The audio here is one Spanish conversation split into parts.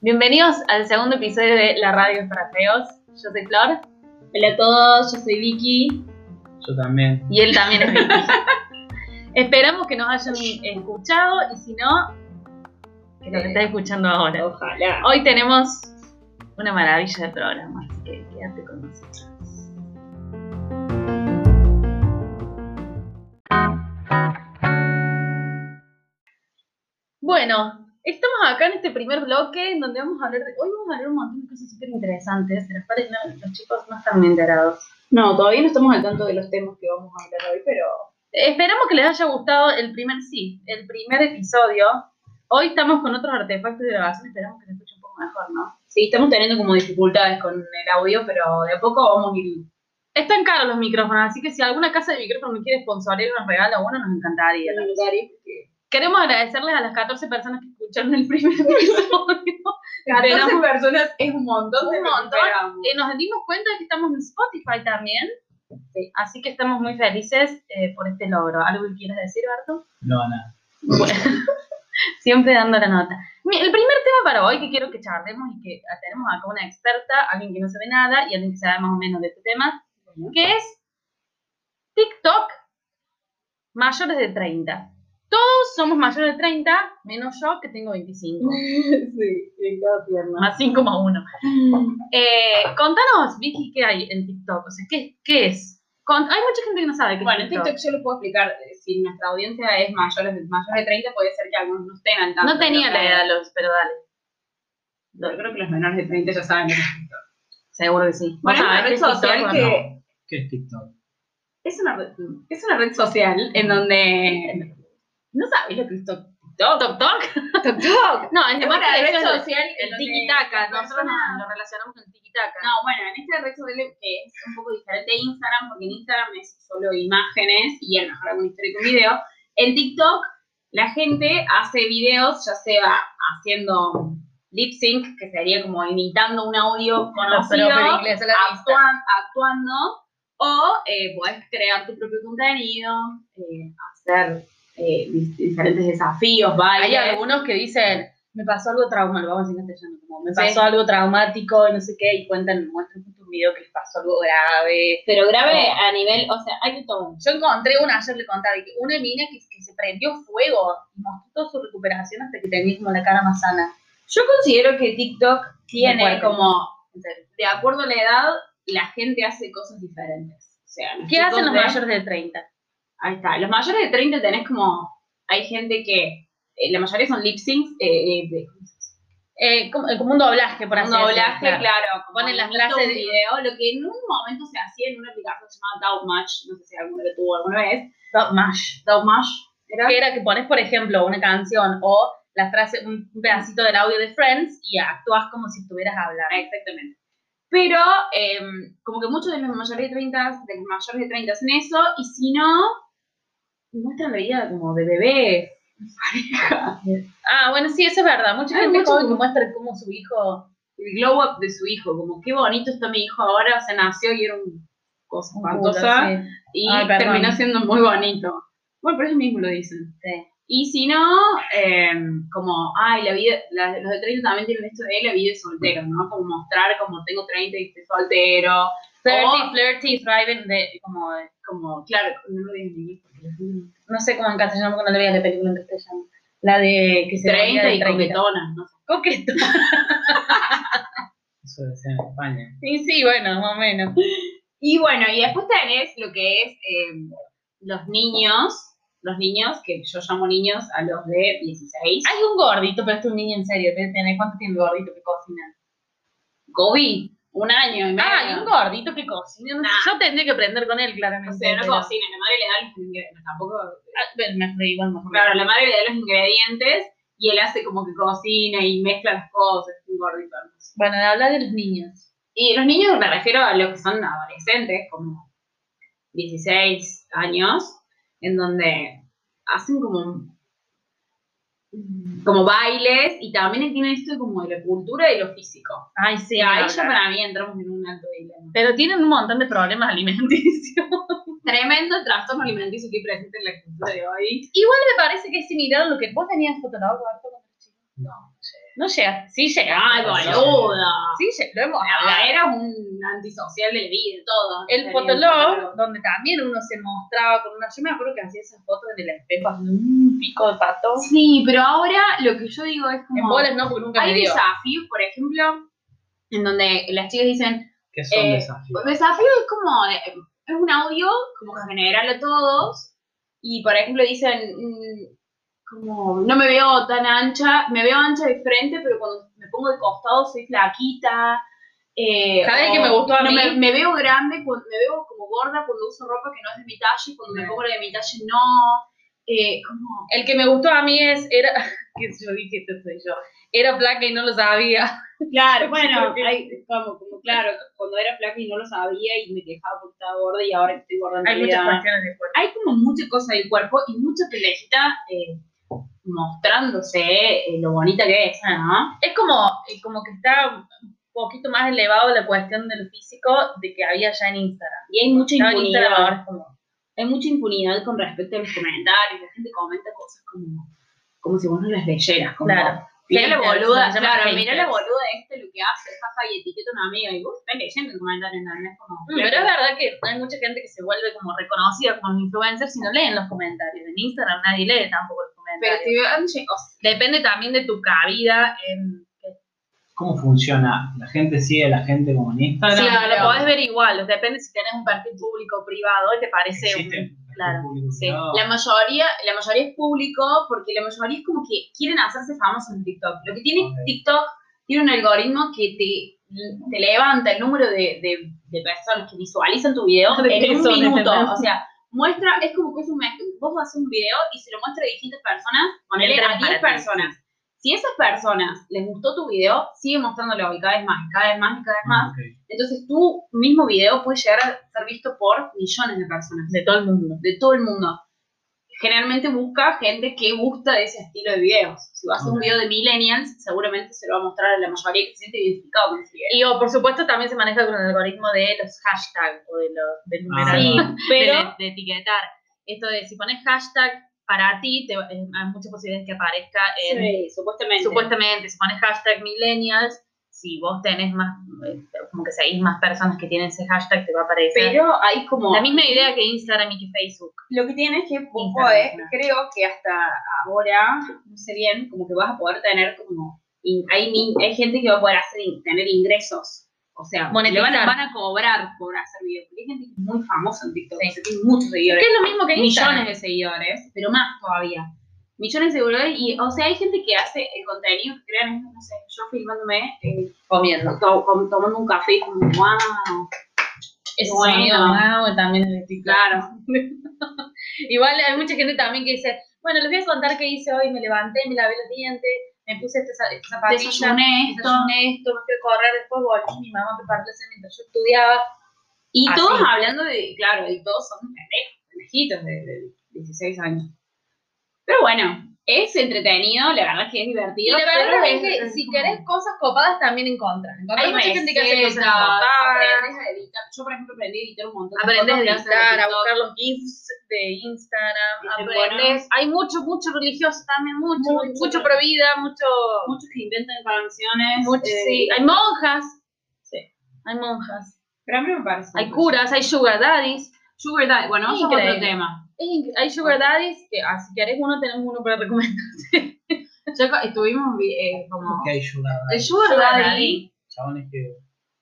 Bienvenidos al segundo episodio de La Radio es para Feos. Yo soy Flor. Hola a todos, yo soy Vicky. Yo también. Y él también es Vicky. Esperamos que nos hayan escuchado y si no, que nos estén escuchando ahora. Ojalá. Hoy tenemos una maravilla de programa, así que quédate con nosotros. Bueno, estamos acá en este primer bloque en donde vamos a hablar de. Hoy vamos a hablar un montón de cosas súper interesantes, de las cuales no- los chicos no están muy enterados. No, todavía no estamos al tanto de los temas que vamos a hablar hoy, pero Esperamos que les haya gustado el primer, sí, el primer episodio. Hoy estamos con otros artefactos de grabación, esperamos que se escuche un poco mejor, ¿no? sí, estamos teniendo como dificultades con el audio, pero de a poco vamos a ir. Están caros los micrófonos, así que si alguna casa de micrófonos quiere sponsorear nos regala uno, nos encantaría. viendo los lugares que- Queremos agradecerles a las 14 personas que escucharon el primer episodio. 14 personas es un montón de Un lo que montón. esperamos. Eh, nos dimos cuenta de que estamos en Spotify también. Así que estamos muy felices eh, por este logro. ¿Algo que quieras decir, Barto? No, nada. Siempre dando la nota. Mi- El primer tema para hoy que quiero que charlemos y que tenemos acá una experta, alguien que no sabe nada y alguien que sabe más o menos de este tema, que es TikTok mayores de 30. Todos somos mayores de 30, menos yo que tengo 25, Sí, en cada pierna. más 5 más 1. Eh, contanos, Vicky, ¿qué hay en TikTok? O sea, ¿qué, qué es? Con- hay mucha gente que no sabe qué Bueno, en es TikTok. TikTok yo les puedo explicar, eh, si nuestra audiencia es mayor, es mayor de 30, puede ser que algunos no estén al tanto. No tenía pero- la edad los, pero dale. Yo creo que los menores de 30 ya saben. Seguro que sí. Bueno, es Vamos a ver qué TikTok, una red social bueno. que ¿Qué es TikTok? es una, red- es una red social en donde. ¿No sabéis lo que es TikTok? ¿Tok, tok? TikTok. No, es Es más una que red eso es social en el donde tiki-taka. las Nosotros personas- nos- lo relacionamos con el tiki-taka. No, bueno, en este esta red social que es un poco diferente de Instagram, porque en Instagram es solo imágenes y a lo mejor alguna historia con video. En TikTok, la gente hace videos, ya sea haciendo lip sync, que sería como imitando un Oh, audio conocido. inglés, actuan- actuando o eh, podés crear tu propio contenido, eh, hacer eh, di- diferentes desafíos, Hay bailes. algunos que dicen, me pasó algo traumático, vamos a decir en castellano, como me Sí. pasó algo traumático y no sé qué, y cuentan, muestran justo un video que les pasó algo grave. Pero grave a nivel, o sea, hay de todo. Yo encontré una, ayer le contaba, que una mina que, que se prendió fuego y mostró toda su recuperación hasta que tenía como la cara más sana. Yo considero que TikTok tiene cuerpo. como, de acuerdo a la edad, la gente hace cosas diferentes. O sea, ¿Qué hacen los chicos de- mayores de 30? Ahí está. Los mayores de 30 tenés como, hay gente que, eh, la mayoría son lip syncs, eh, eh, de- Eh, como, eh, como un doblaje, por así un decirlo. doblaje, claro. como Ponen las un mito, clases un de- video, lo que en un momento se hacía en una aplicación llamada Dogmatch, no sé si alguno lo tuvo alguna vez. Dub mash. Dogmatch era. Que era que pones, por ejemplo, una canción o la frase, un un pedacito del audio de Friends y actúas como si estuvieras hablando. Exactamente. Pero, em, como que muchos de los mayores de 30, de los mayores de 30 hacen eso, y si no, muestran la vida como de bebés. Ah, bueno, sí, eso es verdad. Mucha Hay gente mucho joven que como- muestra cómo su hijo, El glow up de su hijo, como qué bonito está mi hijo ahora, o sea, nació y era un cosa espantosa. Sí. y Ay, perdón. terminó siendo muy bonito. Bueno, pero ellos mismos lo dicen. Sí. Y si no, eh, como, ay, la vida, la- los de 30 también tienen esto de la vida de soltero, ¿no? Como mostrar como tengo 30 y estoy soltero, Flirty, O- flirty, thriving, de, como, de- como, claro, no lo digo en inglés porque los niños- no sé cómo en castellano, porque no le veía la película en castellano. La de que se moría 30 de y coquetona, no sé. Coqueto. Eso decía en España. Y sí, bueno, más o menos. Y bueno, y después tenés lo que es eh, los niños, los niños, que yo llamo niños a los de 16. Hay un gordito, pero este es un niño en serio. debe tener- ¿Cuánto tiene el gordito que cocina? COVID, un año y medio. Ah, hay un gordito que cocina. no sé, Yo tendría que aprender con él, claramente. o sea, no pero- cocina, la madre le da los ingredientes, tampoco Ah, bueno, me reí igual mejor. Claro, la madre le da los ingredientes y él hace como que cocina y mezcla las cosas, es un gordito. hermoso. Bueno, habla de los niños. Y los niños me refiero a los que son adolescentes, como 16 años, en donde hacen como un- como bailes, y también tiene esto como de la cultura y lo físico. Ay, sí. Y ni ahí hablar. ya para mí entramos en un alto dilema. Pero tienen un montón de problemas alimenticios. Tremendo el trastorno alimenticio que hay presente en la cultura de hoy. Igual me parece que es similar a lo que vos tenías fotorado cuando eras chico. No. No llega, sí llega. ¡Ay, boluda! Sí, llega, lo hemos hablado. Ah, Era un antisocial de la vida, todo. El fotolog, donde también uno se mostraba con una... Yo me acuerdo que hacía esas fotos en el espejo, haciendo un pico de pato. Sí, pero ahora lo que yo digo es En como... bolas no, porque nunca me Hay dio. desafíos, por ejemplo, en donde las chicas dicen, ¿Qué son Eh, desafíos? El desafío es como, eh, es un audio, como general a todos, y por ejemplo dicen, mm, como, no me veo tan ancha, me veo ancha de frente, pero cuando me pongo de costado soy flaquita. eh, ¿Sabes o qué me gustó a no, mí? Me, me veo grande, cuando, me veo como gorda cuando uso ropa que no es de mi talla, y cuando me pongo la de mi talla no. eh, como, El que me gustó a mí es, era, que yo dije, esto soy yo, era placa y no lo sabía. Claro, bueno, hay- como, como claro, cuando era flaca y no lo sabía y me quejaba porque estaba gorda y ahora que estoy gorda en Hay muchas realidad- cuestiones de cuerpo. hay como mucha cosa del cuerpo y mucha pendejita eh, mostrándose eh, lo bonita que es, ¿no? Es como, es como que está un poquito más elevado la cuestión del físico de que había ya en Instagram. Y hay mucha Estaba en Instagram impunidad. ahora es como, Hay mucha impunidad con respecto a los comentarios. La gente comenta cosas como, como si vos no las leyeras. Como, Claro. Mirá la Haters, boluda, se llama claro, haters. mirá la boluda este lo que hace, jaja, y etiqueta a una amiga. Y vos estás leyendo el comentario, ¿no? Es como, "Mm, Pero es verdad que hay mucha gente que se vuelve como reconocida como influencer si no leen los comentarios. En Instagram nadie lee tampoco los Pero comentarios. si veo, "Oye, ah, o sea, Depende también de tu cabida en... ¿Cómo funciona? ¿La gente sigue a la gente como en Instagram? Sí, Claro. lo podés ver igual, depende si tenés un perfil público o privado y te parece un- Existe perfil claro, público Sí, privado. la mayoría, la mayoría es público porque la mayoría es como que quieren hacerse famosos en TikTok. Lo que tiene Ok. TikTok tiene un algoritmo que te, te levanta el número de, de- de personas que visualizan tu video De en un personas, minuto. ¿verdad? O sea, muestra, es como que es un me- vos haces un video y se lo muestra a distintas personas, ponele Entran a para 10 ti. personas. Si esas personas les gustó tu video, sigue mostrándolo y cada vez más, y cada vez más, y cada vez Ah, más. ok. Entonces tu mismo video puede llegar a ser visto por millones de personas de todo el mundo. de todo el mundo. Generalmente busca gente que gusta de ese estilo de videos. Si vas a hacer un Ok. video de millennials, seguramente se lo va a mostrar a la mayoría que se siente identificado con ese video. Y o, por supuesto también se maneja con el algoritmo de los hashtags o de los del numeral, Sí, de- pero- de, de etiquetar. Esto de si pones hashtag para ti, te- eh, hay muchas posibilidades que aparezca en- Eh, supuestamente. supuestamente si pones hashtag millennials, si vos tenés más, eh, como que seguís más personas que tienen ese hashtag, te va a aparecer. Pero hay como... la misma idea que Instagram y que Facebook. Lo que tiene es que vos Instagram, podés, claro. creo que hasta ahora, no sé bien, como que vas a poder tener como... in- hay, ni- hay gente que va a poder hacer, in- tener ingresos. O sea, le van, a- Monetizar. van a cobrar por hacer videos. Porque hay gente que es muy famosa en TikTok. Sí. o sea, tiene muchos seguidores. Que es lo mismo que Instagram. millones de seguidores, pero más todavía. Millones de seguidores y, o sea, hay gente que hace el contenido que crean, no sé, yo filmándome, eh, comiendo. to- com- tomando un café, como, "Ah, wow, Ese Bueno. sonido, wow, también es de TikTok. claro. Igual hay mucha gente también que dice, bueno, les voy a contar qué hice hoy, me levanté, me lavé los dientes, me puse este, za- esta zapatilla, Desayuné esto. desayuné esto, me fui a correr, después volví, mi mamá preparó la cena mientras yo estudiaba. Y Así. todos hablando de, claro, y todos son pendejos, pendejitos de, de 16 años. Pero bueno, es entretenido, la verdad que es Y divertido. la pero verdad es que si como- querés cosas copadas también encontrás. Encontrás Hay mucha gente que hace recetas, cosas copadas. aprendes a editar. Yo, por ejemplo, aprendí a editar un montón de Aprendes a cosas que hacen en editar, a TikTok. buscar los GIFs de Instagram, Y te aprendes. pones- Hay mucho, mucho religioso también, mucho, Mucho. mucho pro vida, mucho, Muchos que inventan canciones. mucho, eh, sí. Hay monjas. Sí. Hay monjas. Pero a mí me parece. Hay curas, hay sugar daddies. Sugar Daddy. Bueno, eso es otro Increíble. tema. Es incre- Hay sugar daddies que, ah, si querés uno, tenemos uno para recomendar. Yo co- estuvimos vi- eh, como. Que hay sugar daddy. El Sugar, Sugar Daddy. daddy. Chabones que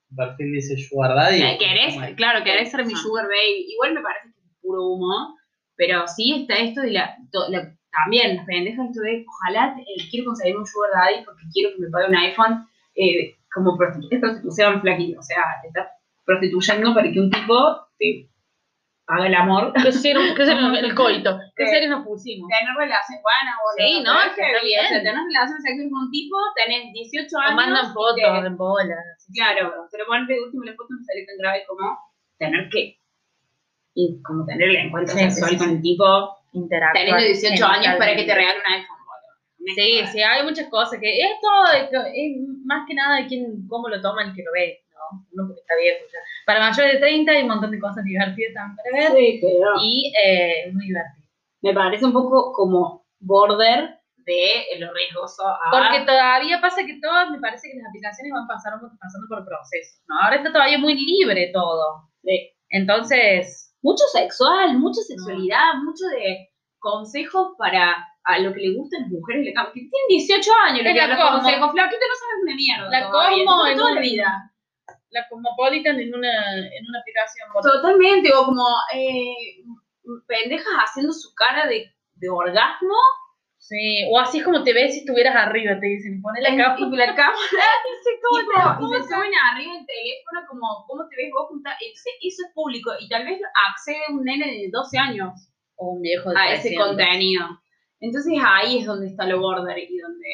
su perfil dice sugar daddy. eh, Querés, Bueno, claro, querés ser mi Sugar Baby. Igual me parece que es puro humo. Pero sí está esto y la, to- la- también las pendejas esto de ojalá eh, quiero conseguir un Sugar Daddy porque quiero que me pague un iPhone. eh, como prostitu es prostitución flaquito. O sea, te estás prostituyendo para que un tipo te haga el amor. ¿Qué serio, qué serio el coito? ¿Qué Sí. serio nos pusimos? Este, Tener relaciones, bueno, Sí, boludo, no, pero es está heavy, o sea, bien. tenés relaciones sexuales con un tipo, tenés 18 O años. mandan y fotos te- en bolas. Claro, pero bueno, de último la foto me salió tan grave como tener que. Y como tener el encuentro Sí, sexual sí, sí. con un tipo Interactuar. teniendo 18 años para que genital. te regale un iPhone, boludo. Sí, sí, hay muchas cosas que esto es- es más que nada de quién, cómo lo toma el que lo ve, ¿no? Uno porque está viejo ya. Para mayores de 30 hay un montón de cosas divertidas también para ver Sí, pero y eh, es muy divertido. me parece un poco como border de lo riesgoso a... Porque todavía pasa que todas, me parece que las aplicaciones van pasando, pasando por procesos, ¿no? Ahora está todavía muy libre todo. Sí. Entonces, mucho sexual, mucha Ah. sexualidad, mucho de consejos para a lo que le gustan las mujeres. le cam- Que tienen 18 años, le Es la quiero dar Cosmo. consejos. Flaquito no sabes una mierda. La todavía, te Cosmo toca en toda un- la vida. la Cosmopolitan en una, en una aplicación. Totalmente, o como eh, pendejas haciendo su cara de, de orgasmo Sí, o así es como te ves si estuvieras arriba, te dicen, poné la en- capa. y la cámara Sí, y, ¿cómo te como- vas? y se suben arriba el teléfono como cómo te ves vos juntada. Entonces eso es público y tal vez accede un nene de 12 años. O un viejo de a Ah, ese 300. contenido. Entonces ahí es donde está lo border y donde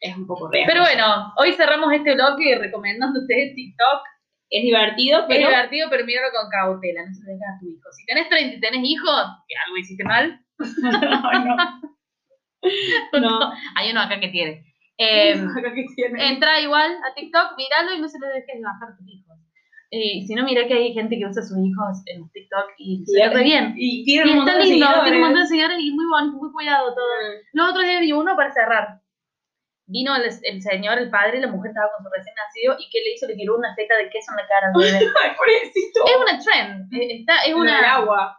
es un poco real. Pero bueno, hoy cerramos este bloque recomendándote TikTok. es divertido, Es pero divertido, pero míralo con cautela, no se lo dejes a tu hijo. Si tenés 30 y tenés hijos, que algo hiciste mal. no. Hay uno acá que tiene. Eh, Acá que tiene. entra igual a TikTok, míralo y no se lo dejes bajar a tus hijos. Y si no, mira que hay gente que usa a sus hijos en TikTok y se Y ve re bien. y Y tiene un está montón de lindo, tiene un seguidores. montón de seguidores y muy bonito, muy cuidado todo. Los otros días vi uno para cerrar. Vino el, el señor, el padre, y la mujer estaba con su recién nacido y ¿qué le hizo? Le tiró una feta de queso en la cara al bebé. Ay, pobrecito. es una trend. eh, Está, es Lo del una... agua.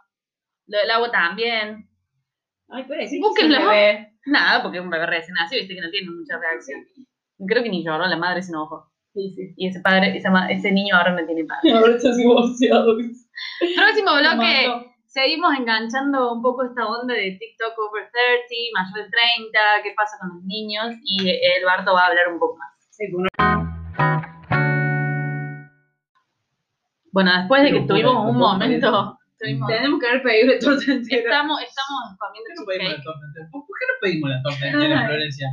Lo del agua también. Ay, pobrecito. Búsquenlo. ese bebé. Nada, porque es un bebé recién nacido, viste que no tiene mucha reacción. Creo que ni lloró, la madre se enojó. Sí, sí. Y ese padre, esa ma- ese niño ahora no tiene padre. Ahora está así boceado. Lo Próximo bloque. mató. Seguimos enganchando un poco esta onda de TikTok over 30, mayor de 30, qué pasa con los niños y eh, el Barto va a hablar un poco más. Sí, uno- Bueno, después de que Locura, tuvimos un locura. momento, tuvimos- Tenemos que haber pedido el torta entero. estamos, estamos comiendo no pedimos la cheesecake. torta entera? ¿Por por qué no pedimos la torta entera, Ay. Florencia?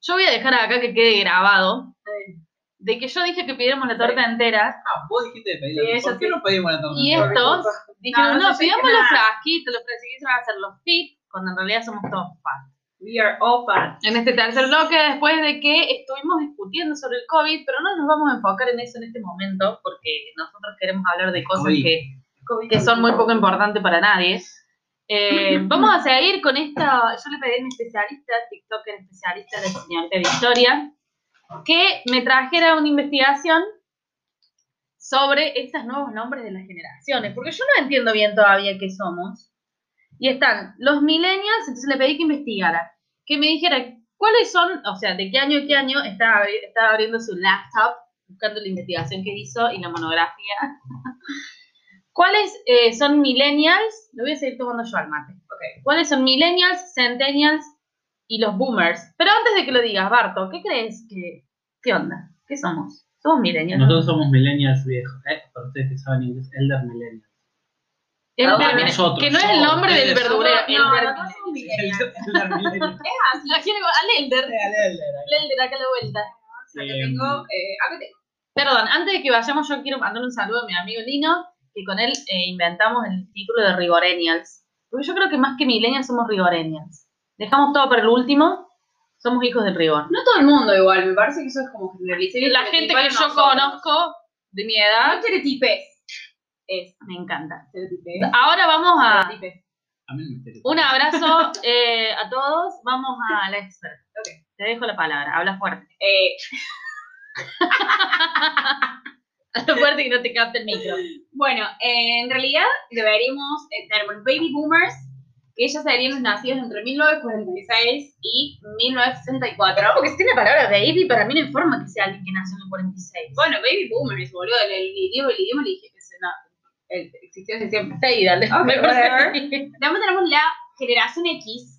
Yo voy a dejar acá que quede grabado Sí. de que yo dije que pidiéramos la torta entera Ah, vos dijiste de pedirla. Sí, ella ¿Por qué sí. no pedimos la torta y entera? estos dijeron, No, no no, sé pidamos qué los nada". frasquitos, los frasquitos van a ser los fit, cuando en realidad somos todos fat. We are all fat. En este tercer bloque, después de que estuvimos discutiendo sobre el COVID, pero no nos vamos a enfocar en eso en este momento, porque nosotros queremos hablar de cosas COVID. que que son muy poco importantes para nadie. Eh, vamos a seguir con esta, yo le pedí a mi especialista, TikToker especialista, la señorita Victoria, que me trajera una investigación sobre estos nuevos nombres de las generaciones, porque yo no entiendo bien todavía qué somos. Y están los millennials, entonces le pedí que investigara, que me dijera cuáles son, o sea, de qué año a qué año estaba, abri- estaba abriendo su laptop, buscando la investigación que hizo y la monografía. ¿Cuáles eh, son millennials? Lo voy a seguir tomando yo al mate. Ok. ¿Cuáles son millennials, centennials y los boomers? Pero antes de que lo digas, Barto, ¿qué crees que... ¿Qué onda? ¿Qué somos? Somos millennials. Nosotros somos millennials viejos. Eh, para ustedes que saben inglés, elder millennials. El Ahora término, nosotros que no es el somos nombre del ustedes. verdurero. el No, ver- no, no somos millennials. Elder elder millennials. Ah, quiero- al elder. elder. Al elder, acá a la vuelta. O sea, que tengo, eh, acá tengo. Perdón, antes de que vayamos, yo quiero mandarle un saludo a mi amigo Lino, que con él eh, inventamos el título de Rigorenials. Porque yo creo que más que millennials somos Rigorenials. Dejamos todo para el último, somos hijos del rigor. No todo el mundo igual, me parece que eso es como generalizar. y la gente estereotipar que a yo nosotros. conozco de mi No edad estereotipes. Es me encanta. estereotipes. Ahora vamos a Estereotipes. A mí no me interesa. un abrazo eh, a todos. Vamos a la expert. Ok. Te dejo la palabra. Habla fuerte. Eh, Habla fuerte que no te capte el micro. bueno, eh, en realidad deberíamos eh, tener los baby boomers, que ellos serían los nacidos entre 1946 y 1964. Porque si tiene la palabra baby, para mí no informa que sea alguien que nació en el 46. Bueno, baby boomers, boludo, el, el idioma, el idioma le dije que se- no, el- existió desde siempre. Sí, dale. Ok, Mejor whatever. seguí. También tenemos la generación X,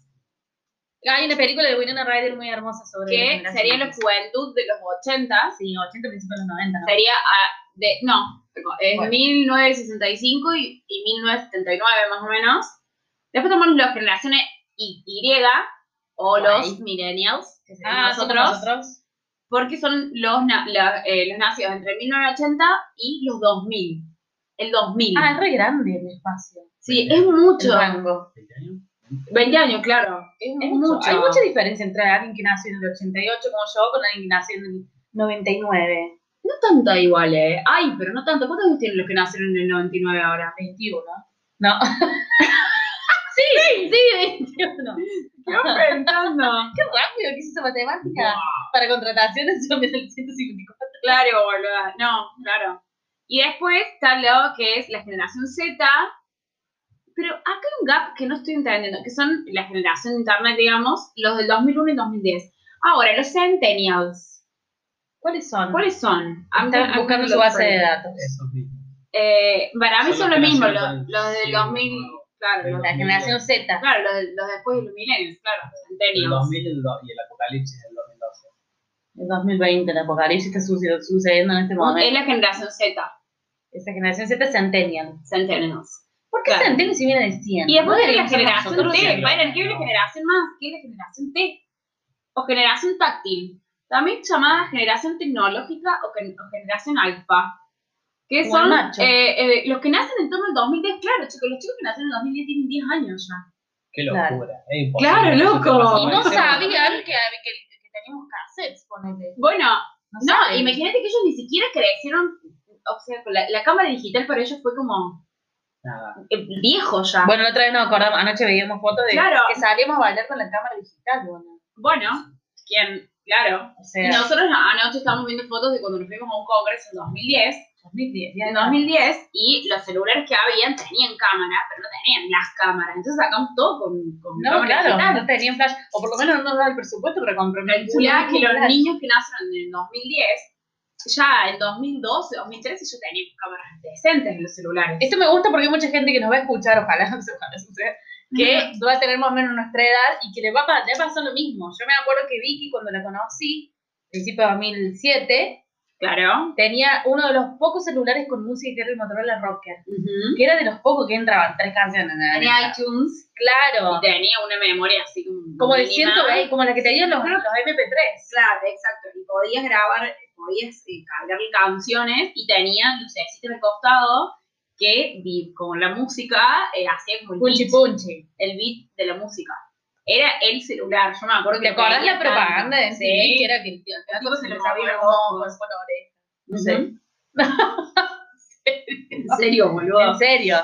Hay una película de Winona Ryder muy hermosa sobre la que generación sería la X. juventud de los 80s. Sí, 80 principios de los 90, ¿no? Sería a- de, no, es Bueno. 1965 y, y 1979 más o menos. Después tenemos las generaciones Y, y o Guay. los millennials, que serían Ah, somos nosotros, nosotros. porque son los, na- la- eh, los nacidos entre 1980 y los 2000. El 2000. Ah, Ah, es re grande el espacio. sí, es mucho. El rango. ¿Veinte años? 20 años, claro. Es, Es mucho. Hay mucha diferencia entre alguien que nació en el 88 como yo con alguien que nació en el 99. No tanta igual, ¿eh? Ay, pero no tanto. ¿Cuántos años tienen los que nacieron en el 99 ahora? 21. No. sí, sí, 21. pensando? Qué rápido que hizo esa matemática. Para contrataciones yo me da el 154. Claro, boluda. No, claro. Y después está lo que es la generación Z. Pero acá hay un gap que no estoy entendiendo, que son la generación de internet, digamos, los del 2001 y 2010. Ahora, los centennials. ¿Cuáles son? ¿Cuáles son? Están Acá- buscando acá su los base de tengo. datos. Esos mismos. Eh, para mí Son son los lo que mismo, nacieron los, con los del el 2000, claro, los, La generación Z. claro, los, de- los después de los milenios, claro, los El centennials. 2000 y el do- y el apocalipsis del 2012. El 2020, el apocalipsis está suce- sucediendo en este Es momento. la generación Z, Esa generación Z es Centennial. centennials. ¿Por qué Claro. Centennial si viene de 100? Y después ¿No de la deberíamos ser generación T, nosotros siempre, Byron, ¿qué es la ¿no? generación más? ¿Qué es la generación T? O generación táctil, también llamada generación tecnológica o, gen- o generación alfa. Que Como son Nacho. eh, eh, los que nacen en torno al 2010, claro, chicos, los chicos que nacen en el 2010 tienen 10 años ya. Qué Claro. locura. es imposible. Claro, Eso loco. te pasa Y por no encima. sabían que, que, que teníamos cassettes, ponele. Bueno, No, saben. imagínate que ellos ni siquiera crecieron, o sea, con la, la cámara digital para ellos fue como Nada. eh, viejo ya. Bueno, Bueno, la otra vez nos acordamos, anoche veíamos fotos de Claro. que salíamos a bailar con la cámara digital, bueno. quien, claro. O Y sea, nosotros anoche estábamos viendo fotos de cuando nos fuimos a un congreso en 2010, 2010, ya en no. 2010, y los celulares que habían tenían cámara, pero no tenían las cámaras. Entonces sacamos todo con, con No, cámara claro, digital. no tenían flash, o por lo menos no nos dan el presupuesto para comprar un Calculá que los celular. niños que nacieron en el 2010, ya en 2012, 2013, ya tenían cámaras decentes en los celulares. Esto me gusta porque hay mucha gente que nos va a escuchar, ojalá, no sé, ojalá suceda, que va a tener más o menos nuestra edad y que le, va, pa- le pasó lo mismo. Yo me acuerdo que Vicky, cuando la conocí, principio de 2007, Claro. tenía uno de los pocos celulares con música que era el Motorola Rocker, Ujú. que era de los pocos que entraban tres canciones. nada más. Tenía iTunes. Claro, Y tenía una memoria así como. como de mínima. 120, como la que tenían los, Creo- los MP3. Claro, exacto. Y podías grabar, podías eh, cargar canciones y tenía lucecitas al costado que, vi- con la múca, eh, hacía como el Punchi beat, punchi. el beat de la música. Era el celular, yo me acuerdo que. ¿Te lo acordás veía la propaganda de tanto. MTV que Sí. era que el tío, el tipo se le Ujú. sabía los ojos, por la oreja? No sé. Ujú. en serio, En boludo. serio.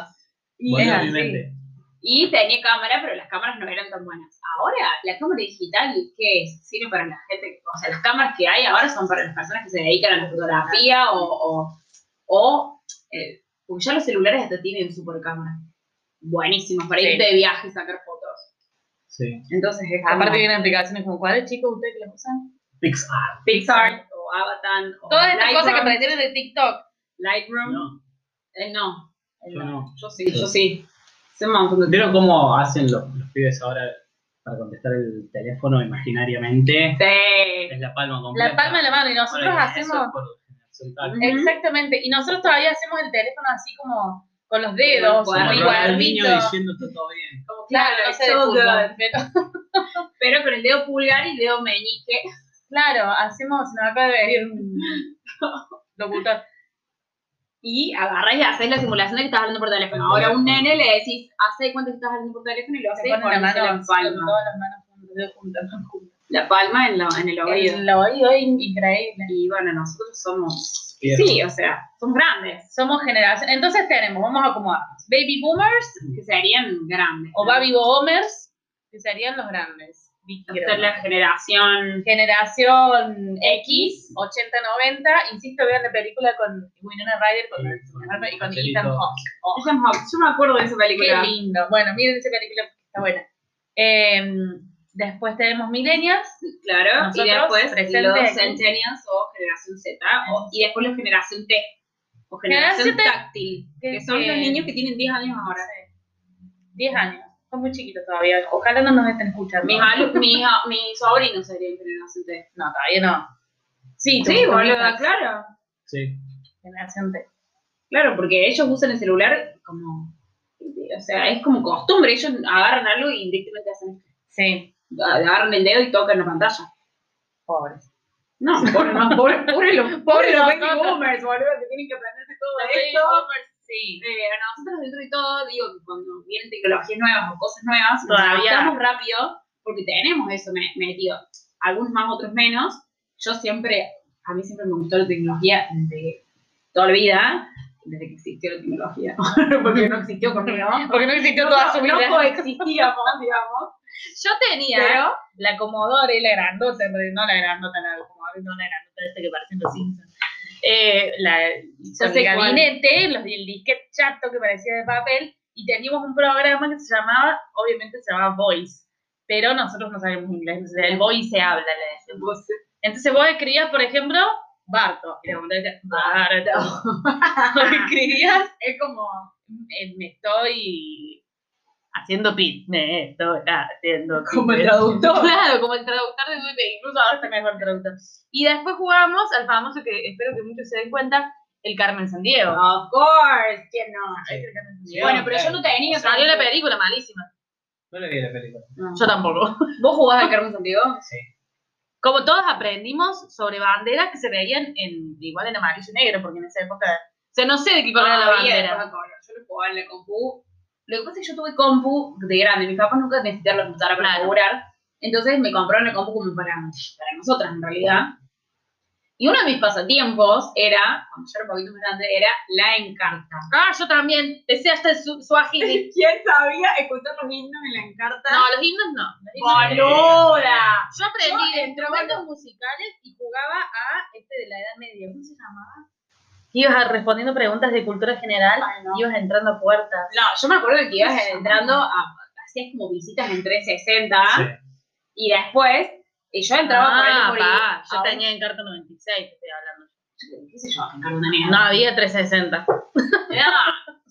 Y, Volvió es a así. mi mente. y tenía cámara, pero las cámaras no eran tan buenas. Ahora, la cámara digital, ¿qué es? Sirve para la gente, que- o sea, las cámaras que hay ahora son para las personas que se dedican a la fotografía o, o, o, eh, porque ya los celulares hasta tienen super cámara. Buenísimos para Sí. irte de viaje y sacar fotos. Sí. Entonces, es como Aparte vienen aplicaciones como ¿cuáles chicos ustedes que las usan? Pixar. Pixar o Avatar o Todas estas cosas que Lightroom. aparecieron de TikTok. Lightroom. No. No, no. Eh, yo no. Yo sí, yo sí. Se me ocurre. ¿Vieron cómo hacen los, los pibes ahora para contestar el teléfono imaginariamente? Sí. Es la palma completa. La palma de la mano y Bueno, nosotros eso hacemos... es por generación tal. Ujú. Exactamente, y nosotros todavía hacemos el teléfono así como con los dedos, Con el como el Como el niño cuadernito. diciendo "Está todo bien. Como, Claro, claro, no sé it's de so fútbol, good. pero Pero con el dedo pulgar y dedo meñique. claro, hacemos, se nos acaba de venir un locutor. y agarras y haces la simulación de que estás hablando por teléfono. Ahora a un nene le decís, hace de cuenta que estás hablando por teléfono y lo Se hace ponen con la mano, la con palma. todas las manos juntas, dedos juntas, manos juntas. La palma en, la- en el oído. El oído es increíble. Y bueno, nosotros somos, Bien. sí, o sea, somos grandes, Somos generación, entonces tenemos, vamos a acomodarnos, baby boomers que serían grandes. o ¿no? baby boomers, que serían los grandes. Vicky, creo. Esta es la generación Generación X. X, 80-90. Insisto, vean la película con Winona Ryder con y con Ethan Angelito. Hawke. Oh, Ethan Hawke. Yo me acuerdo de esa qué película. lindo. Bueno, miren esa película porque está buena. Eh, después tenemos Millennials. Claro, y Nosotros, después presente los aquí. centennials o generación Z, o- y después la generación T, o Generación generación T, táctil, que son que- los niños que tienen 10 años ahora. 10 años. Son muy chiquitos todavía. Ojalá no nos estén escuchando. Mis, alu- mis, a- mis sobrinos serían generación T. No, todavía no. Sí, Sí, tus boluda, sobrinas. claro. Sí. Generación T. Claro, porque ellos usan el celular como. O sea, es como costumbre. Ellos agarran algo y directamente hacen. Ah, Sí, Agarran el dedo y tocan la pantalla. pobres. No, pobre, no, pobre, pobre los, Pobre pobre los baby nosotros. boomers, boludo, que tienen que aprenderse todo Los baby esto. boomers, Sí, eh, a nosotros dentro de todo, digo que cuando vienen tecnologías nuevas o cosas nuevas, nos Todavía. adaptamos rápido porque tenemos eso me- metido. Algunos más, otros menos. Yo siempre, a mí siempre me gustó la tecnología desde toda la vida, desde que existió la tecnología, porque no existió conmigo. Porque no existió toda su No, vida. no coexistíamos, digamos. Yo tenía Pero, la Commodore, la grandota, en realidad, no la grandota, la Commodore, no la grandota, esta que parecen los Simpsons. Eh, la, con sé el cuál. gabinete, los, el disquete chato que parecía de papel, y teníamos un programa que se llamaba, obviamente se llamaba Voice, pero nosotros no sabemos inglés, entonces el Voice se habla, le decimos. vos- Entonces vos escribías, por ejemplo, Barto, y la computadora decía, Barto. O escribías, es como, eh, me estoy haciendo pit, me estoy haciendo pis. como el traductor. Claro, como el traductor de Wikipedia, incluso ahora está mejor el traductor. Y después jugamos al famoso que espero que muchos se den cuenta, el Carmen Sandiego. Of course, ¿quién no? Sí, bueno, pero claro. yo no tenía. Salió la película malísima. No le vi la película. No. Yo tampoco. ¿Vos jugabas al Carmen Santiago? Sí. Como todos aprendimos sobre banderas que se veían en, igual en amarillo y negro, porque en esa época. O sea, no sé de qué color era la Ah, bien, bandera. me acuerdo. Yo lo jugaba en la compu. Lo que pasa es que yo tuve compu de grande. Mis papás nunca necesitaron la computadora para Claro. laburar. Entonces me compraron la compu como para, para nosotras, en realidad. Y uno de mis pasatiempos era, cuando yo era un poquito más grande, era la encarta. Ah, yo también. Decía hasta el su, suajili. ¿Quién sabía escuchar los himnos en la encarta? No, los himnos no. Los himnos no. ¡Boluda! Yo aprendí Yo, de entre instrumentos musicales y jugaba a este de la Edad Media. ¿Cómo se llamaba? Ibas a- respondiendo preguntas de cultura general, Ay, no. ibas entrando a puertas. No, yo me acuerdo que ibas ¿Cómo se llama? entrando a. Hacías como visitas en 360 Sí. y después. Y yo entraba por ahí por ahí. Ah, pa, a yo un- tenía en carta 96, te estoy hablando. ¿Qué sé yo? Encarta una mierda. No había 360. Era-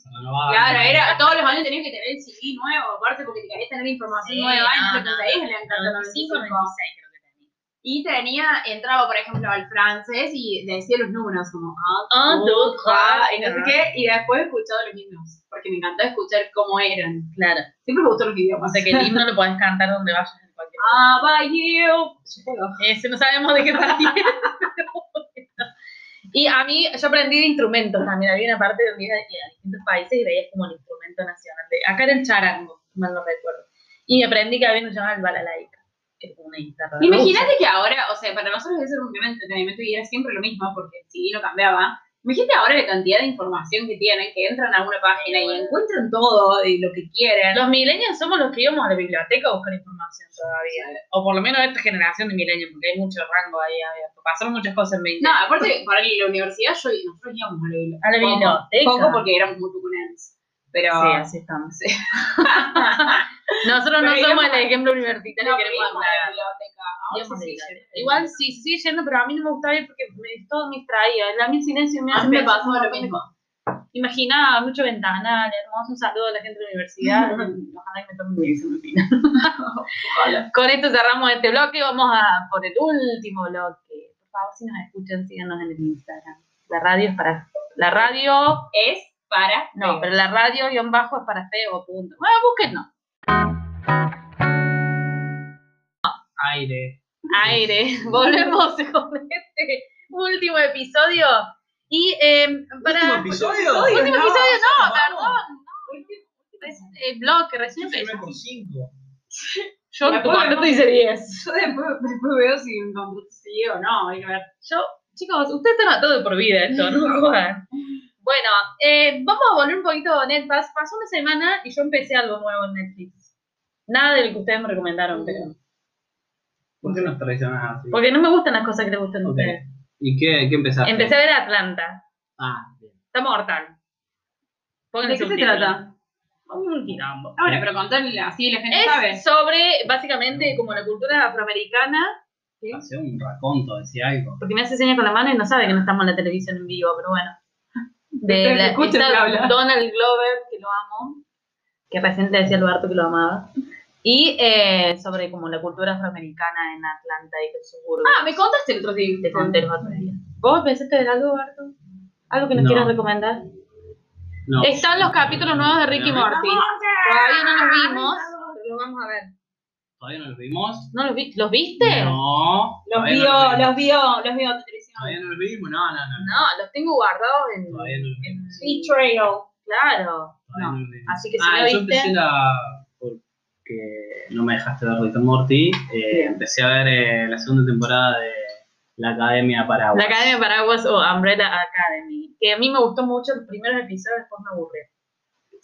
No, no va, Claro, no. era, todos los años tenías que tener el CD nuevo, aparte porque te querías tener información Sí, nueva y no ah, lo conseguías en la Encarta 95, 95. 96 creo que tenía. Y tenía, entraba por ejemplo al francés y decía los números como Ah, ah, tú, tú, ah, ah, y no sé qué, y después escuchaba los himnos, porque me encantaba escuchar cómo eran. Claro, Siempre me gustó los o idiomas. sea que el himno lo podés cantar donde vayas en cualquier Ah, bye you. Ese no sabemos de qué partida. y a mí, yo aprendí de instrumentos también. Había una parte donde iba a distintos países y veías como el instrumento nacional. de- acá era el charango, si mal no recuerdo. Y aprendí que había uno llamado el balalaika, que es como una guitarra. rusa. Imagínate que ahora, o sea, para nosotros debe ser un gran entretenimiento y era siempre lo mismo porque el CD no cambiaba. Imagínate ahora la cantidad de información que tienen, que entran a una página y encuentran todo y lo que quieren. Los millennials somos los que íbamos a la biblioteca a buscar información todavía. O por lo menos esta generación de millennials, porque hay mucho rango ahí abierto. Pasaron muchas cosas en 20. No, aparte, para la universidad, yo, nosotros íbamos a la biblioteca. a la Poco, biblioteca. Poco porque éramos muy tucunanes. Pero. Sí, así estamos. Nosotros no Pero somos íbamos- el ejemplo universitario no, que queremos íbamos a dar. la biblioteca. Ahora Digamos, sí, de- sí, sí. Igual sí, se sigue yendo, pero a mí no me gustaba ir porque me, todo me distraía. A mí el silencio me A hace mí me pensar pasó un lo montón de mismo. cosas. Imagina, mucho ventana, hermoso, un saludo a la gente de la universidad. Ojalá que me tomen dirección al final. Ojalá. Con esto cerramos este bloque, vamos a por el último bloque. Por favor, si nos escuchan, síganos en el Instagram. La radio es para... La radio... Es para. No, pero la radio guión bajo es para feo, punto. Bueno, búsquenlo. Aire. aire. Volvemos con este último episodio. Y eh, para. ¿Último episodio? Último Último episodio, no, vamos. perdón. No, es el blog que eh, recién Yo firmé empezó. por cinco. Yo La tu pobre contrato no. dice 10. Yo después, después veo si me encontré sí o no. Hay que ver. Yo, chicos, usted está todo por vida esto, ¿no? jodan. Bueno, eh, vamos a volver un poquito a Netflix. Pasó una semana y yo empecé algo nuevo en Netflix. Nada de lo que ustedes me recomendaron, pero. ¿Por qué nos traicionas así? Porque no me gustan las cosas que les gustan a Ok. Ah, ustedes. ¿Y qué, qué empezaste? Empecé a ver Atlanta. Ah, bien. Está mortal. Pongan ¿De qué se subtítulos. trata? Un quilombo. ¿Eh? Ahora, pero contarle así la gente sabe. Es sobre, básicamente, como la cultura afroamericana, Hace un raconto, decía algo. porque me hace señas con la mano y no sabe que no estamos en la televisión en vivo, pero bueno. De Ustedes la, escuchen está que habla. Donald Glover, que lo amo, que recién le decía a Alberto que lo amaba, y eh, sobre como la cultura afroamericana en Atlanta y los suburbios. Ah, me contaste el otro día. Te conté el otro día. ¿Vos pensaste en algo, Alberto? ¿Algo que nos No. quieras recomendar? No. Están los capítulos nuevos de Ricky Morty. Morty. Todavía no los vimos, pero los vamos a ver. Todavía no los vimos. ¿No los, vi- ¿los viste? No. Los todavía no vio, vimos. los vio, los vio, televisión. Todavía no los vimos. No, no, no. No, los tengo guardados en... Todavía no los vimos. en- Betrayal. Claro. Todavía No. no los vimos. Así que si ah, lo yo viste- empecé la. Porque no me dejaste ver Rick and Morty. eh, empecé a ver eh, la segunda temporada de La Academia Paraguay. La Academia Paraguas o Umbrella Academy, que a mí me gustó mucho el primer episodio, después me aburrió.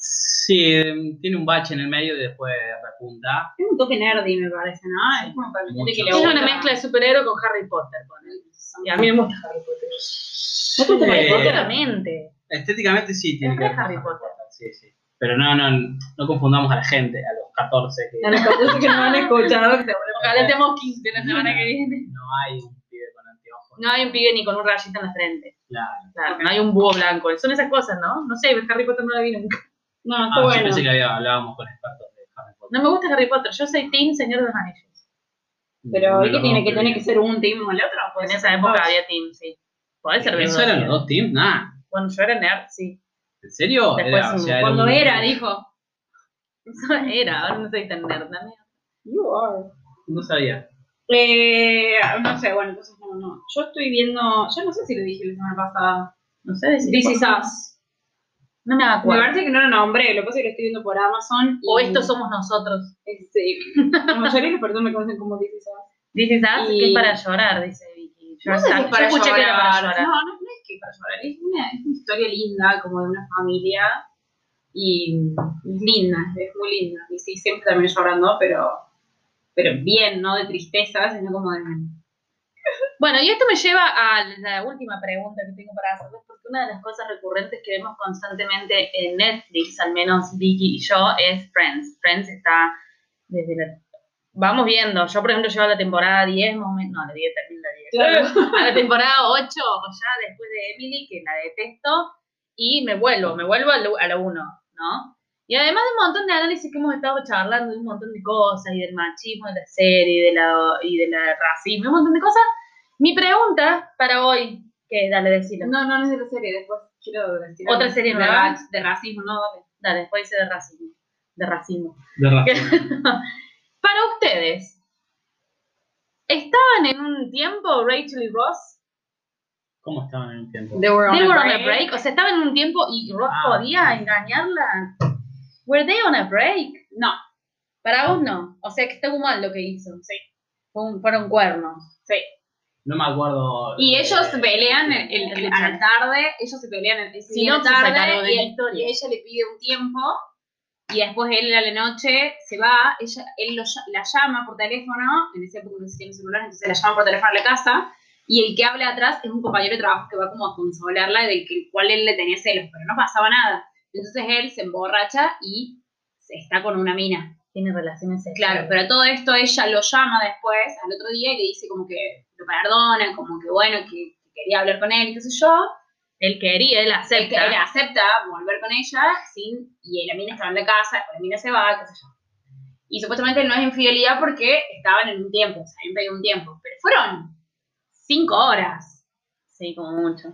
Sí, tiene un bache en el medio y después repunta. Es un toque nerdy, me parece, ¿no? Es como para la gente que le Es Mucho. gusta. una mezcla de superhéroe con Harry Potter. ponele. Y a mí me gusta Harry Potter. Sí. te Harry Eh, Potter, la mente. Estéticamente sí tiene Es que ver re con Harry Harry Potter. Potter, Sí, sí. Pero no, no, no confundamos a la gente, a los 14 que A los capuchos que no han escuchado, que seguro- Ojalá tengamos 15 la semana que viene. no hay un pibe con anteojos. No Ah, hay un pibe ni con un rayito en la frente. Claro. Claro, no hay un búho blanco. Son esas cosas, ¿no? No sé, Harry Potter no la vi nunca. No, Ah, está yo bueno. pensé que había- hablábamos con expertos de Harry Potter. No me gusta Harry Potter. Yo soy Team Señor de los Anillos. Pero, No ¿y qué los tiene? dos ¿Que tiene que teams. ser un team o el otro? En esa época había Team, sí. Podés ser ¿Eso eran los bigote. dos teams? Nada. Cuando yo era nerd, sí. ¿En serio? Después Era, o un- sea, era Cuando un- era, dijo. Eso era, ahora no soy tan nerd también. You are. No sabía. Eh, no sé, bueno, entonces no, no. Yo estoy viendo, yo no sé si lo dije la semana pasada. No sé decir. This is us. No me Me acuerdo. parece que no lo nombré, lo que pasa es que lo estoy viendo por Amazon. y- O estos somos nosotros. Sí. La mayoría de las personas me conocen como This is us. This is us, Y- que es para llorar, dice Vicky. Yo, No sé si sa- es yo para escuché que era para llorar. llorar. No, no, no es que para llorar. Es una, es una historia linda, como de una familia. Y es linda, es muy linda. Y sí, siempre también llorando, pero, pero bien, no de tristeza, sino como de. Bueno, y esto me lleva a la última pregunta que tengo para hacerles, porque una de las cosas recurrentes que vemos constantemente en Netflix, al menos Vicky y yo, es Friends. Friends está desde la... Vamos viendo. Yo, por ejemplo, llevo a la temporada 10, más o menos- no, la 10 también la 10. a la temporada 8 o ya después de Emily, que la detesto, y me vuelvo, me vuelvo a la- a la 1, ¿no? Y además de un montón de análisis que hemos estado charlando, de un montón de cosas, y del machismo de la serie, y de la, y de la racismo, un montón de cosas, mi pregunta para hoy, que dale, decilo. No, no, no es de la serie, después quiero decir. Otra algo serie de nueva. ra- De racismo, no, dale. Dale, después dice de racismo. De racismo. De razón. Para ustedes, ¿estaban en un tiempo Rachel y Ross? ¿Cómo estaban en el tiempo? They were They were on a break, o sea, estaban en un tiempo y Ross Ah. podía engañarla. Were they on a break? No, Para vos no. O sea, que estuvo mal lo que hizo. Sí. fueron cuernos. No me acuerdo. y eh, ellos pelean el- el- el- a la tarde, ellos se pelean el- ese Si día a no, la se sacaron tarde de la y, y historia. ella le pide un tiempo y después él a la noche se va, ella, él lo ll- la llama por teléfono, en ese época no se tiene celular, entonces la llama por teléfono a la casa y el que habla atrás es un compañero de trabajo que va como a consolarla del que, el cual él le tenía celos, pero no pasaba nada. Entonces él se emborracha y se está con una mina. Tiene relaciones sexuales. Claro, pero todo esto ella lo llama después, al otro día, y le dice como que lo perdona, como que bueno, que, que quería hablar con él, y qué sé yo. Él quería, él El que acepta. él acepta volver con ella, sin, y la mina estaba en la casa, después la mina se va, qué sé yo. Y supuestamente no es infidelidad porque estaban en un tiempo, o sea, habían pedido un tiempo, pero fueron cinco horas. Sí, como mucho.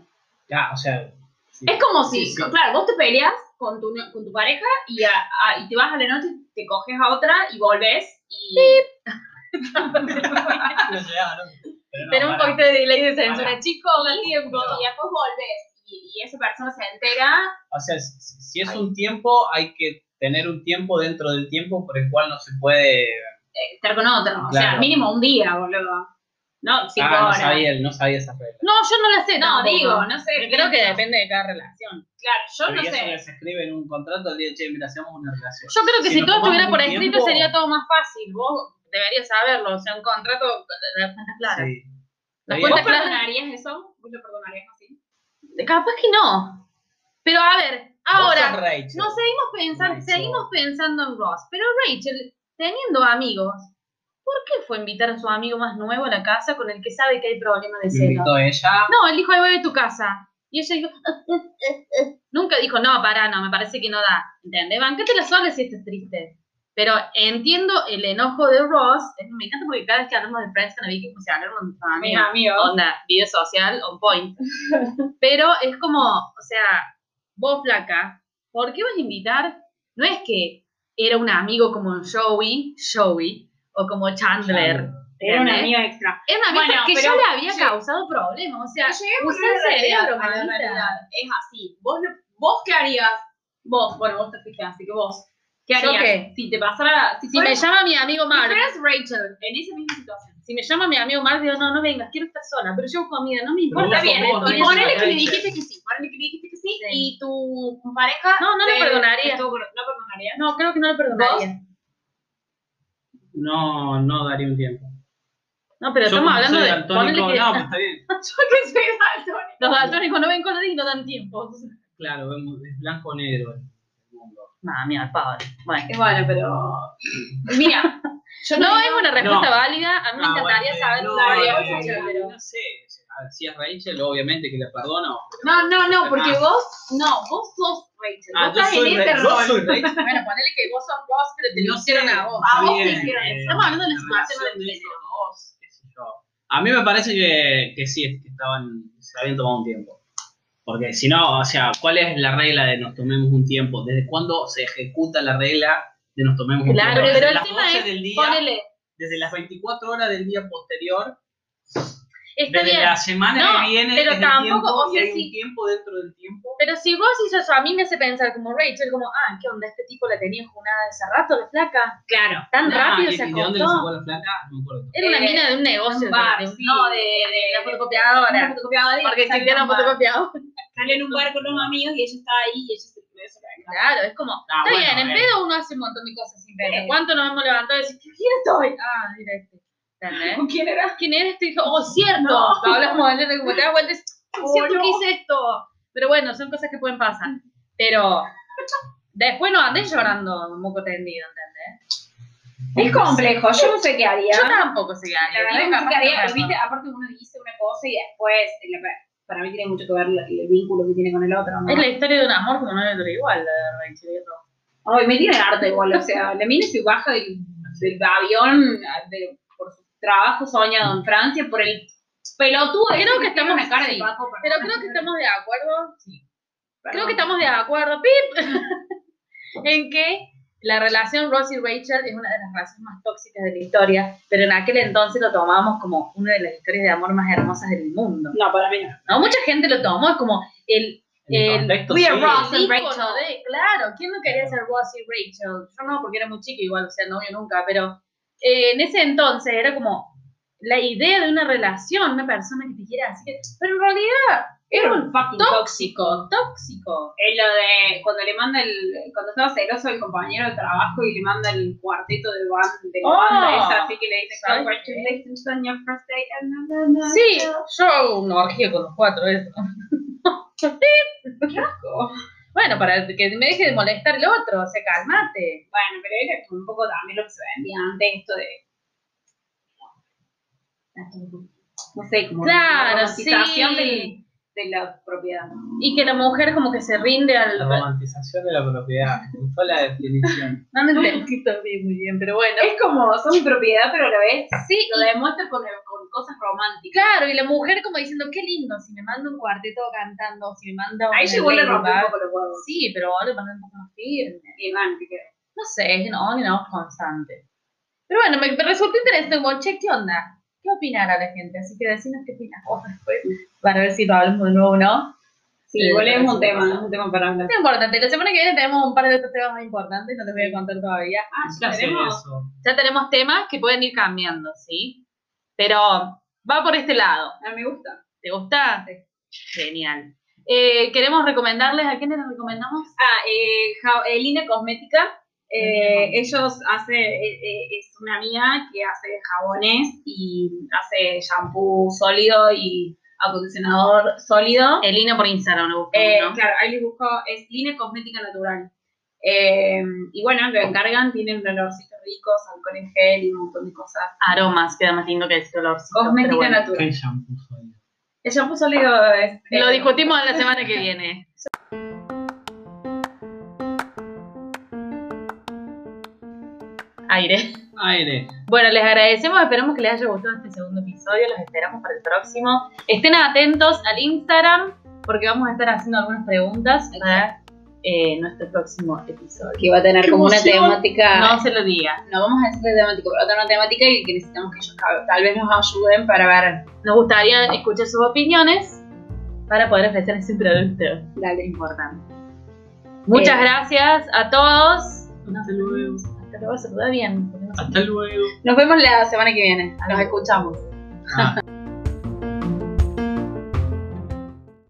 Ah, o sea. sí. Es como si, Sí, sí. claro, vos te peleas con tu, con tu pareja y, a- a- y te vas a la noche, te coges a otra y volvés y... No llegaba, ¿no? Pero no, Pero un para. poquito de ley de censura. Para. Chicos, al tiempo. y después volvés y, y esa persona se entera, O sea, si, si- si es un tiempo, hay que tener un tiempo dentro del tiempo por el cual no se puede. eh, estar con otro. O sea, Claro. mínimo un día, boludo. No, cinco ah, no horas. sabía, no sabía esa regla. No, yo no la sé. No, tampoco. digo, no sé. Creo que depende de cada relación. Claro, yo Pero no y eso sé. que se escribe en un contrato, el día, che, mira, hacemos una relación. Yo creo que si, Si nos todo tomamos estuviera un por escrito tiempo- sería todo más fácil. Vos deberías saberlo. O sea, un contrato. Las cuentas claras. Sí. Las Sí. ¿Vos cuentas claras. perdonarías eso? ¿Vos lo perdonarías así? Capaz que no. Pero a ver, Vos sos ahora, Rachel. no seguimos pensando, Rachel. seguimos pensando en Ross, pero Rachel, teniendo amigos, ¿por qué fue a invitar a su amigo más nuevo a la casa con el que sabe que hay problemas de Me celo? invitó ella. No, él dijo, ahí voy a tu casa. Y ella dijo, "Ah, ah, ah, ah". nunca dijo, no, pará, no, me parece que no da. ¿Entendés? Bancátela sola si estás triste. Pero entiendo el enojo de Ross, Es- me encanta porque cada vez que hablamos de Friends con la Vicky, como si hablamos de nuestros amigos Mis amigos. onda, vida social on point. Pero es como, o sea, vos flaca, ¿por qué vas a invitar? No es que era un amigo como Joey, Joey, o como Chandler. Era una ¿entendés? amiga extra. Es una vieja Bueno, que ya pero- le había sí. causado problemas. O sea, Lleguemos usa a la el cerebro, realidad, a la mamita. realidad. Es así. ¿Vos, no- vos qué harías? Vos, bueno, vos te fuiste, así que vos. ¿Qué ¿Yo harías? qué? Si te pasara. Si, si me fueras- llama mi amigo si Mark, fueras Rachel en esa misma situación. si me llama mi amigo Mark, digo, no, no vengas, quiero estar sola, pero llevo comida, no me Pero importa vos sos bien. vos, entonces- Y no ponele es que le Rachel. dijiste que sí. Ponele que le dijiste que sí. Sí. Y tu pareja. No, no le te- perdonaría. te- No perdonaría. No, creo que no le perdonaría. No, no daría un tiempo. No, pero Yo estamos como hablando soy de. daltónico, ponele que- No, pues está bien. Yo que soy daltónica. Los daltónicos no ven colores y no dan tiempo. Claro, vemos, es blanco o negro el mundo. Nada, mira, Pablo. Bueno. Y Bueno, pero. Mira. Yo No es una respuesta No. válida, a mí me Ah, encantaría bueno, saber no, la no, realidad, no, pero- no, no sé, a ver, si es Rachel, obviamente que la perdono. No, no, no, porque Ah. vos. No, vos sos Rachel. Ah, vos yo estás soy en ese este Rachel, yo rol. soy Rachel. Bueno, ponele que vos sos vos, pero te lo No hicieron sé, a vos. A vos te Bien, hicieron eso. eh, Estamos hablando de la situación relación del de género. esos dos, qué sé yo. A mí me parece que, que sí, es que estaban, se habían tomado un tiempo. Porque si no, o sea, ¿cuál es la regla de nos tomemos un tiempo? ¿Desde cuándo se ejecuta la regla de nos tomemos un Claro, pero tiempo? Desde el las tema 12 es, del día, Ponele, desde las 24 horas del día posterior, está desde bien. la semana No, que viene, pero desde el tampoco, tiempo, o y sea, hay sí. un tiempo dentro del tiempo. Pero si vos hizo eso, a mí me hace pensar como Rachel, como, ah, ¿qué onda? Este tipo la tenía junada hace rato, la flaca. Claro. Tan Ah, rápido ¿y se de dónde le sacó acostó. la plata? No me acuerdo. Era una Eh, mina de un negocio. un bar, de- de- sí. No, de, de la Una fotocopiadora. fotocopiadora y Porque sale existía en la un bar. fotocopiadora. Sale en un bar con unos amigos y ella está ahí y ella se puede sacar. Claro, es como, Ah, Está bueno, bien, en eh, pedo uno hace un montón de cosas sin pena. Sí. ¿Cuánto nos hemos levantado y decir, ¿quién estoy? Ah, mira este. ¿Entendés? ¿Con quién era? ¿Quién eres? Te dijo, oh, cierto. No. Hablamos ayer de como te das vuelta y decís, Oh, cierto no. que hice esto. Pero bueno, son cosas que pueden pasar. Pero después no andés llorando un moco tendido, ¿entendés? Es complejo, yo no sé qué haría. Yo tampoco sé qué La haría. verdad Digo, es que no sé capaz qué haría, no pero viste, aparte uno dice una cosa y después, eh, la- para mí tiene mucho que ver el, el vínculo que tiene con el me otro, ¿no? acuerdo. Es la historia de un amor como no le dura igual, la de Rachel y Ross. Ay, me tiene harta igual, o sea, la mina se baja del, del avión de- por su trabajo soñado en Francia, por el pelotudo. Creo ese que tiene estamos una cara de sí, Paco, Pero perdón. creo que estamos de acuerdo Creo Perdón. que estamos de acuerdo, Pip, en que la relación Ross y Rachel es una de las relaciones más tóxicas de la historia, pero en aquel entonces lo tomábamos como una de las historias de amor más hermosas del mundo. No, para mí no. ¿no? Mucha gente lo tomó es como el, En el el contexto, we are sí. Ross and ícono Rachel. de- claro, ¿quién no quería ser Ross y Rachel? Yo no, porque era muy chica igual, o sea, no yo nunca, pero eh, en ese entonces era como la idea de una relación, una persona que te quiera así, que- pero en realidad Era un fucking tóxico, tóxico. tóxico. Es lo de cuando le manda el. Cuando estaba celoso el compañero de trabajo y le manda el cuarteto de banda, de la Oh. banda esa, así que le dice, ¿Sabes Congratulations on your first date. and na, na, na, Sí, na". yo hago una orgía con los cuatro, eso. Bueno, para que me deje de molestar el otro, o sea, calmate. Bueno, pero era como un poco también lo que se vendía antes, esto de. No sé, como. Claro, la sí. romantización del- de la propiedad. Y que la mujer como que se rinde al... La romantización de la propiedad. Me gustó la definición. No, no entendí todavía muy bien, pero bueno. Es como, son mi propiedad, pero a la vez Sí, lo demuestra con, con cosas y románticas. claro, y la mujer como diciendo, qué lindo, si me manda un cuarteto cantando, si me manda un... Ahí llegó le rompió un Bar- poco los huevos. Sí, pero ahora le mandan un poco más firme. Y bueno, que queda. No sé, es un on and off constante. Pero bueno, me, me resultó interesante, como, che, ¿qué onda? ¿Qué opinará la gente? Así que decinos qué opinas vos después, para ver si lo hablamos de nuevo o no. Sí, igual es un tema, es un tema para hablar. No es importante, la semana que viene tenemos un par de otros temas muy importantes, no les voy a contar todavía. Ah, ¿Qué hace eso? Ya tenemos temas que pueden ir cambiando, ¿sí? Pero va por este lado. Ah, me gusta. ¿Te gusta? Genial. Eh, queremos recomendarles, ¿a quiénes les recomendamos? Ah, eh, Ja- eh, Lina Cosmética. eh, Lina ellos hace, eh, eh, es una amiga que hace jabones y hace shampoo sólido y acondicionador sólido. Elina por Instagram, lo buscamos, Eh, ¿no? Claro, ahí les busco, es Lina Cosmética Natural. Eh, y bueno, lo encargan, tienen olorcitos ricos, alcohol en gel y un montón de cosas. Aromas, queda más lindo que el color. Cosmética natural. ¿Qué shampoo soy? El shampoo sólido es... Lo eh, discutimos la semana que viene. Aire. Aire. Bueno, les agradecemos, esperamos que les haya gustado este segundo episodio, los esperamos para el próximo. Estén atentos al Instagram porque vamos a estar haciendo algunas preguntas para eh, nuestro próximo episodio. Que va a tener Qué como una emoción. temática. No se lo diga. no vamos a decirle temático, pero va a tener una temática y que necesitamos que ellos tal- tal vez nos ayuden para ver. Nos gustaría escuchar sus opiniones para poder ofrecer ese producto Dale. importante. Muchas Eh. gracias a todos. Hasta luego. Hasta luego, saluda bien. porque no sé- Hasta luego. Nos vemos la semana que viene. Nos escuchamos. Ah.